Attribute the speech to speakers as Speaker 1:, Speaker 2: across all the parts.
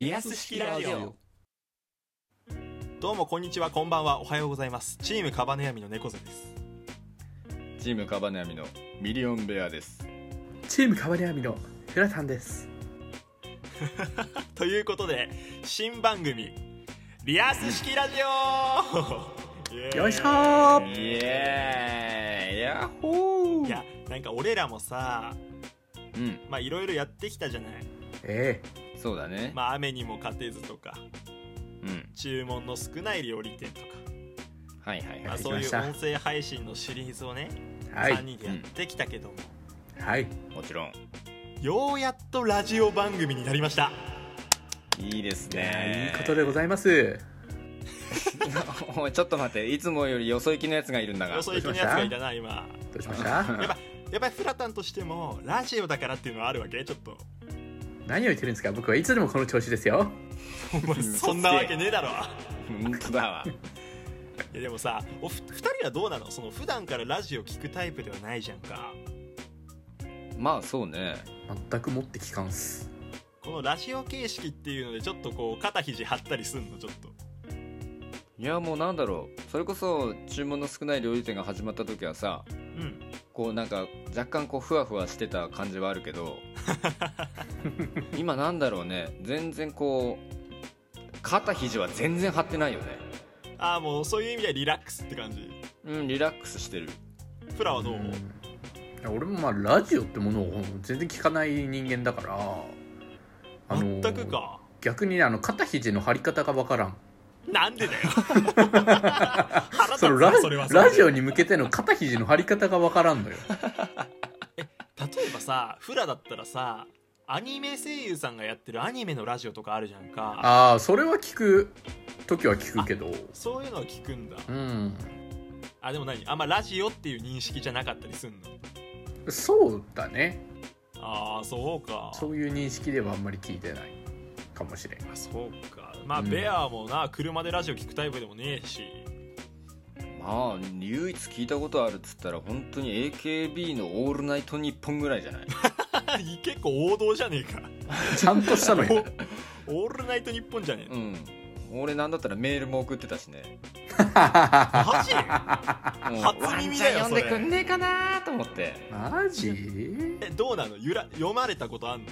Speaker 1: リアス式ラジオ
Speaker 2: どうもこんにちはこんばんはおはようございますチームカバネヤミの猫背です
Speaker 3: チームカバネアミのミリオンベアです
Speaker 4: チームカバネアミのフラタンです
Speaker 2: ということで新番組リアス式ラジオ イエーイ
Speaker 4: よいしょー
Speaker 3: イエーイヤッホー
Speaker 2: いやなんか俺らもさ
Speaker 3: うん
Speaker 2: まあいろいろやってきたじゃない
Speaker 4: え
Speaker 3: そうだね、
Speaker 2: まあ雨にも勝てずとか
Speaker 3: うん
Speaker 2: 注文の少ない料理店とか、
Speaker 3: はいはい
Speaker 2: ま
Speaker 3: は
Speaker 2: あ、
Speaker 3: い
Speaker 4: やってき
Speaker 2: そう
Speaker 4: ま
Speaker 2: い
Speaker 4: し
Speaker 2: う
Speaker 4: た
Speaker 2: 音声配信のシリーズをね、
Speaker 4: えは
Speaker 2: 3
Speaker 4: い
Speaker 2: 人でやってきたけども、
Speaker 4: はい
Speaker 3: もちろん
Speaker 2: ようやっとラジオ番組になりました
Speaker 3: いいです
Speaker 4: いやい
Speaker 3: ね
Speaker 4: いことでございます
Speaker 3: お 前ちょっと待っていつもよりよそ行きのやつがいるんだが
Speaker 2: よそ行きのやつがいたな今
Speaker 4: どうしました
Speaker 2: やっぱやっぱりフラタンとしてもラジオだからっていうのはあるわけちょっ と
Speaker 4: 何を言ってるんですか僕はいつでもこの調子ですよ
Speaker 2: お前そんなわけねえだろ
Speaker 3: 本当だわ
Speaker 2: いやでもさおふ2人はどうなのその普段からラジオ聞くタイプではないじゃんか
Speaker 3: まあそうね
Speaker 4: 全く持ってきかんっす
Speaker 2: このラジオ形式っていうのでちょっとこう肩肘張ったりすんのちょっと
Speaker 3: いやもうなんだろうそれこそ注文の少ない料理店が始まった時はさ
Speaker 2: うん
Speaker 3: こうなんか若干こうふわふわしてた感じはあるけど今なんだろうね全然こう肩肘は全然張ってないよね
Speaker 2: ああもうそういう意味ではリラックスって感じ
Speaker 3: うんリラックスしてる
Speaker 2: フラはどう、
Speaker 4: んいや俺もまあラジオってものを全然聞かない人間だからあの
Speaker 2: 全くか
Speaker 4: 逆にねあの肩肘の張り方がわからん
Speaker 2: なん でだよ腹立つ
Speaker 4: その
Speaker 2: な
Speaker 4: ラ
Speaker 2: それはそれで
Speaker 4: ラジオに向けての肩肘の張り方がわからん のよ
Speaker 2: 例えばさフラだったらさアニメ声優さんがやってるアニメのラジオとかあるじゃんか
Speaker 4: ああそれは聞く時は聞くけど
Speaker 2: そういうのは聞くんだ
Speaker 4: うん
Speaker 2: あでも何あんまラジオっていう認識じゃなかったりすんの
Speaker 4: そうだね
Speaker 2: ああそうか
Speaker 4: そういう認識ではあんまり聞いてないかもしれん
Speaker 2: あそうかまあ、
Speaker 4: うん
Speaker 2: ベアもな車でラジオ聞くタイプでもねえし
Speaker 3: まあ唯一聞いたことあるっつったら本当に AKB の「オールナイトニッポン」ぐらいじゃない
Speaker 2: 結構王道じゃねえか
Speaker 4: ちゃんとしたの よ
Speaker 2: オールナイトニッポンじゃねえ
Speaker 3: うん俺なんだったらメールも送ってたしね、
Speaker 2: マジ
Speaker 3: うん、
Speaker 2: 初耳だよ
Speaker 3: ワンチャン呼
Speaker 2: そ
Speaker 3: んで
Speaker 2: れ
Speaker 3: くんねえかなと思って
Speaker 4: マジ
Speaker 2: えどうなのゆら読まれたことあんの
Speaker 3: い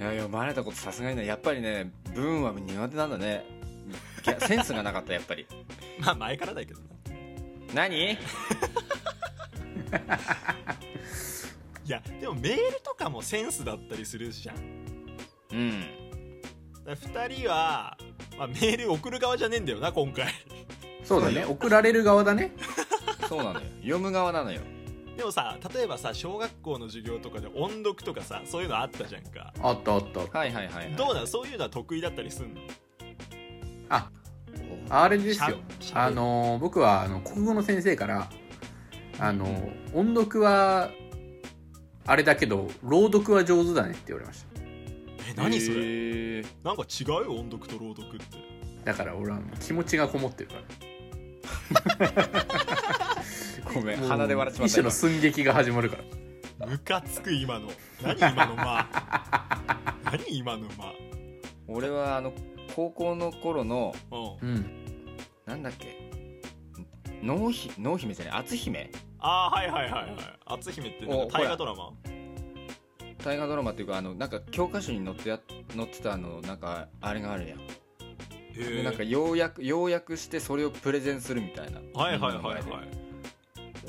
Speaker 3: やいや読まれたことさすがにねやっぱりね文は苦手なんだねいやセ ンスがなかったやっぱり
Speaker 2: まあ前からだけどな
Speaker 3: 何
Speaker 2: いやでもメールとかもセンスだったりするじゃん
Speaker 3: うん
Speaker 2: だから2人は、まあ、メール送る側じゃねえんだよな今回
Speaker 4: そうだね送られる側だね
Speaker 3: そうなのよ読む側なのよ
Speaker 2: でもさ例えばさ小学校の授業とかで音読とかさそういうのあったじゃんか
Speaker 4: あったあったあった
Speaker 3: はいはいはい、はい、
Speaker 2: どうなのそういうのは得意だったりすんの
Speaker 4: ああれですよ
Speaker 2: しゃしゃべ
Speaker 4: あのー僕はあの国語の先生からあのー音読はあれだけど朗読は上手だねって言われました
Speaker 2: え何それ、
Speaker 3: れ
Speaker 2: なんか違うよ音読と朗読って
Speaker 4: だから俺はもう気持ちがこもってるから
Speaker 3: ごめん
Speaker 4: もう
Speaker 3: 鼻で笑っちまっ
Speaker 4: 一
Speaker 3: た
Speaker 4: 種の寸劇が始まるから
Speaker 2: ムカつく今の何今の 間何今の間
Speaker 3: 今俺はあの高校の頃の
Speaker 2: うん
Speaker 4: うん
Speaker 3: なんだっけ濃姫濃姫じゃない篤姫
Speaker 2: ああはいはいはいはい篤姫ってなん
Speaker 3: お
Speaker 2: か大河ドラマ
Speaker 3: 大河ドラマっていうかあのなんか教科書に載ってや載ってたあのなんかあれがあるやん、
Speaker 2: へ
Speaker 3: で
Speaker 2: え
Speaker 3: なんか要約要約してそれをプレゼンするみたいな
Speaker 2: はいはいはいはい
Speaker 3: い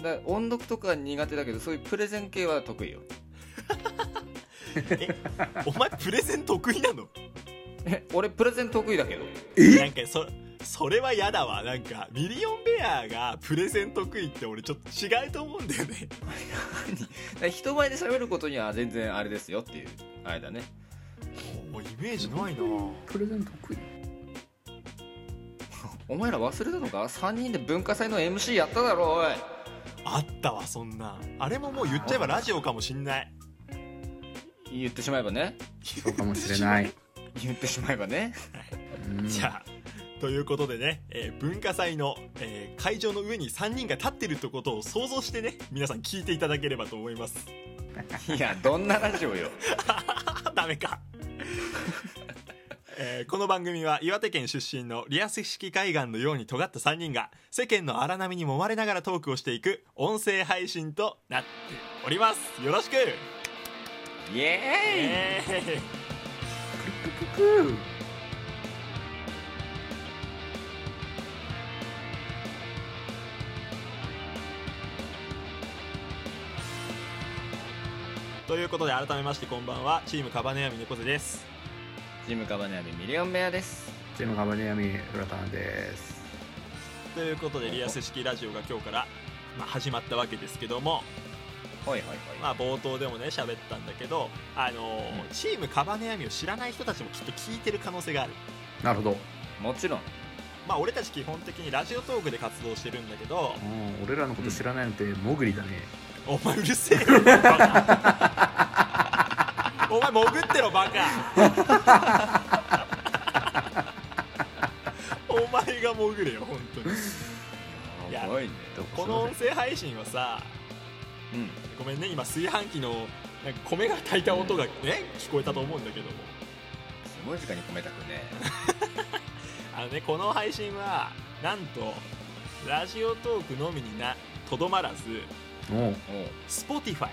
Speaker 3: だから音読とか苦手だけどそういうプレゼン系は得意よ
Speaker 2: お前プレゼン得意なの
Speaker 3: え俺プレゼン得意だけど
Speaker 2: なんかそそれは嫌だわなんかミリオンベアがプレゼン得意って俺ちょっと違うと思うんだよね
Speaker 3: だから人前で喋ることには全然あれですよっていうあれだね
Speaker 2: おイメージないな
Speaker 4: プレゼン得意
Speaker 3: お前ら忘れたのか3人で文化祭の MC やっただろおい
Speaker 2: あったわそんなあれももう言っちゃえばラジオかもしんない
Speaker 3: 言ってしまえばね
Speaker 4: そうかもしれない
Speaker 3: 言ってしまえばね
Speaker 4: うん
Speaker 2: じゃあということでね、えー文化祭の、えー会場の上に3人が立ってるってことを想像してね皆さん聞いていただければと思います
Speaker 3: いやどんなラジオよ
Speaker 2: ダメか えーこの番組は岩手県出身のリアス式海岸のように尖った3人が世間の荒波に揉まれながらトークをしていく音声配信となっておりますよろしく、
Speaker 3: イエーイ
Speaker 2: えーということで改めましてこんばんはチームカバネヤミ猫背です
Speaker 3: ジムカバネアミミリオンベアです
Speaker 4: チームカバネヤミフラタンです
Speaker 2: ということでリアス式ラジオが今日から、まあ、始まったわけですけども、
Speaker 3: はいはいはい、
Speaker 2: まあ、冒頭でもね喋ったんだけど、あのー
Speaker 3: うん
Speaker 2: チームカバネヤミを知らない人たちもきっと聞いてる可能性がある
Speaker 4: なるほど、
Speaker 3: もちろん
Speaker 2: まあ俺たち基本的にラジオトークで活動してるんだけど
Speaker 4: うん、俺らのこと知らないのってモグリだね
Speaker 2: お前うるせえよバカお前潜ってろバカお前が潜れよ本当にや
Speaker 3: やばいね
Speaker 4: ど
Speaker 2: この音声配信はさ
Speaker 3: うん
Speaker 2: ごめんね今炊飯器のなんか米が炊いた音がね聞こえたと思うんだけども
Speaker 3: すごい時間に込めたくね
Speaker 2: あのねこの配信はなんとラジオトークのみになとどまらずSpotify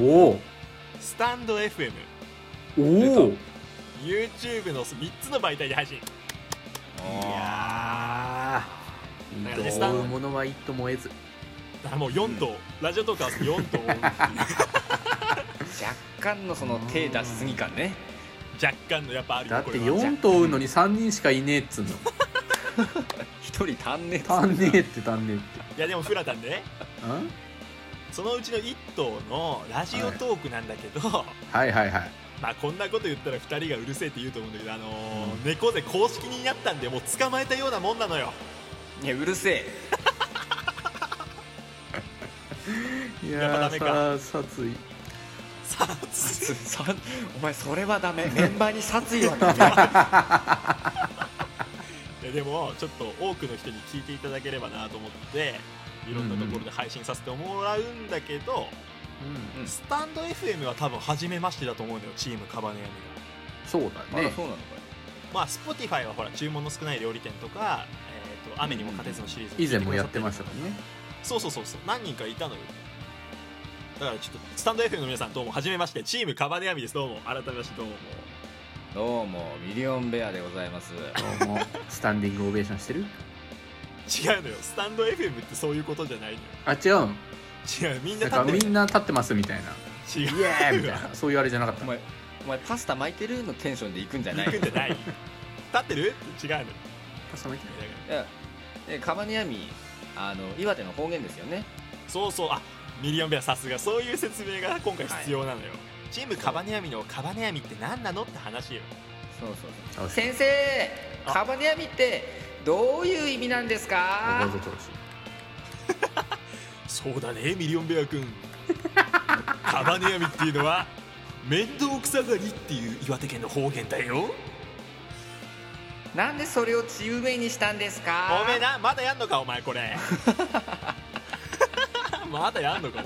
Speaker 4: おお
Speaker 2: スタンド FM
Speaker 4: おお
Speaker 2: YouTube の3つの媒体で配信い
Speaker 3: おう
Speaker 2: や
Speaker 4: ど
Speaker 2: どう
Speaker 4: うものはいっと燃えず
Speaker 2: ーもう4頭、ラジオトーク合わせて4頭
Speaker 3: 若干のその手出しすぎ感ね
Speaker 2: 若干のやっぱあるよ
Speaker 4: だっ
Speaker 2: こ
Speaker 4: て
Speaker 2: れは
Speaker 4: 4頭追うのに3人しかいねえっ つうの
Speaker 3: 一人足んねえっつ
Speaker 4: 足んね
Speaker 3: う
Speaker 4: え
Speaker 3: ん
Speaker 4: って足んねえっ
Speaker 2: いやでもフラタンね
Speaker 4: てうん
Speaker 2: そのうちの1頭のラジオトークなんだけど、
Speaker 4: はいはいはい
Speaker 2: まあこんなこと言ったら2人がうるせえって言うと思うんだけど、あのー猫背公式になったんでもう捕まえたようなもんなのよ
Speaker 3: いやうるせ え
Speaker 4: い
Speaker 2: やっぱダ
Speaker 4: やー
Speaker 2: メか
Speaker 4: さ殺意
Speaker 2: さあつ
Speaker 3: つさお前それはダ メメンバーに殺意は ダ
Speaker 2: いやでもちょっと多くの人に聞いていただければなと思っていろんなところで配信させてもらうんだけど、
Speaker 4: うん
Speaker 3: うん
Speaker 2: スタンド FM は多分初めましてだと思うのよチームカバネヤミ
Speaker 4: そうだ
Speaker 3: メま
Speaker 4: ね
Speaker 3: だそうなのかよ
Speaker 2: がまあ Spotify はほら注文の少ない料理店とか「えー、と雨にも勝てず」のシリーズ
Speaker 4: 以前もやってましたたからね
Speaker 2: そうそうそうそう何人かいたのよだからちょっとスタンド FM の皆さんどうも初めましてチームカバネヤミですどうも改めましてどうも
Speaker 3: どうもミリオンベアでございます
Speaker 4: どうもスタンディングオベーションしてる
Speaker 2: 違うのよスタンド FM ってそういうことじゃないのよ
Speaker 4: あ違うん
Speaker 2: 違うみん
Speaker 4: だ
Speaker 2: な立
Speaker 4: から
Speaker 2: って
Speaker 4: み
Speaker 2: る
Speaker 4: んな立ってますみたいなイ
Speaker 2: 違
Speaker 4: エーイ
Speaker 2: う
Speaker 4: みた
Speaker 2: わ
Speaker 4: い なそういうあれじゃなかっ
Speaker 3: お
Speaker 4: た
Speaker 3: 前お前パスタ巻いてるのテンションで行くんじゃない
Speaker 2: 行くんじゃない立ってるって違うのよ
Speaker 4: パスタ巻いて
Speaker 3: いやえカバニアミあの岩手の方言ですよね
Speaker 2: そうそうあミリオンベアさすがそういう説明が今回必要なのよ、チームカバネアミのカバネアミって何なのって話よ
Speaker 3: そうそう
Speaker 4: あ
Speaker 3: 先生
Speaker 2: あ
Speaker 3: カバニアミってどういう意味なんですか
Speaker 4: どうぞどうぞ
Speaker 2: そうだねミリオンベア 君カバネアミっていうのは面倒くさがりっていう岩手県の方言だよ
Speaker 3: なんでそれをちうめいにしたんですか
Speaker 2: おめえなまだやんのかお前こ れまだやんのかお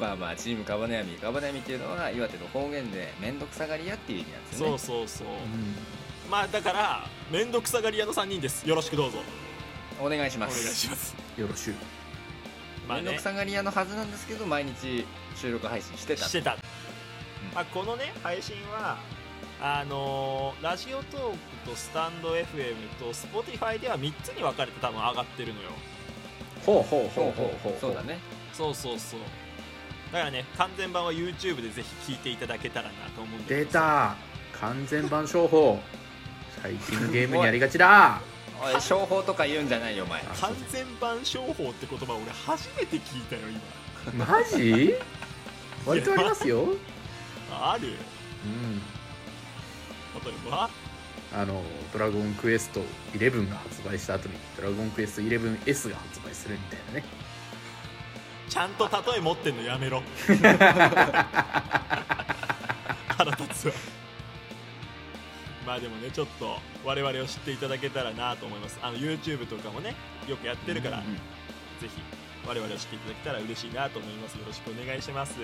Speaker 3: まあまあチームカバネアミカバネアミっていうのは岩手の方言で面倒くさがり屋っていう意味なんです
Speaker 2: 前
Speaker 3: よ
Speaker 2: そ
Speaker 3: ね
Speaker 2: うそうそ
Speaker 4: う
Speaker 2: う
Speaker 4: ん
Speaker 2: まあだから面倒くさがり屋の3人ですよろしくどうぞ
Speaker 3: お願いし
Speaker 2: お
Speaker 3: ま
Speaker 2: 願い
Speaker 3: す
Speaker 2: します
Speaker 4: よろしゅう
Speaker 2: まあ
Speaker 3: 面倒
Speaker 2: ね
Speaker 3: くさがり屋のはずなんですけど毎日収録配信してた
Speaker 2: してた、
Speaker 3: ん
Speaker 2: まあ、このね配信はあのーラジオトークとスタンド FM と Spotify では3つに分かれて多分上がってるのよ
Speaker 4: ほうほう
Speaker 3: そ
Speaker 4: ほ
Speaker 3: う
Speaker 4: うほうほう
Speaker 3: そうだね
Speaker 2: そうそうそうだからね完全版は YouTube でぜひ聞いていただけたらなと思うんだけど
Speaker 4: 出た完全版商法最近のゲームにありがちだ
Speaker 3: おい商法とか言うんじゃないよお前
Speaker 4: あ
Speaker 2: 完全版商法って言葉俺初めて聞いたよ今
Speaker 4: マジ割とありますようん
Speaker 2: ある例えば
Speaker 4: あの「ドラゴンクエスト11」が発売した後に「ドラゴンクエスト 11S」が発売するみたいなね
Speaker 2: ちゃんと例え持ってんのやめ ろ腹立つわまあでもねちょっと我々を知っていただけたらなと思いますあの YouTube とかもねよくやってるから、
Speaker 3: うん
Speaker 2: ぜひ我々を知っていただけたら嬉しいなと思いますよろしくお願いします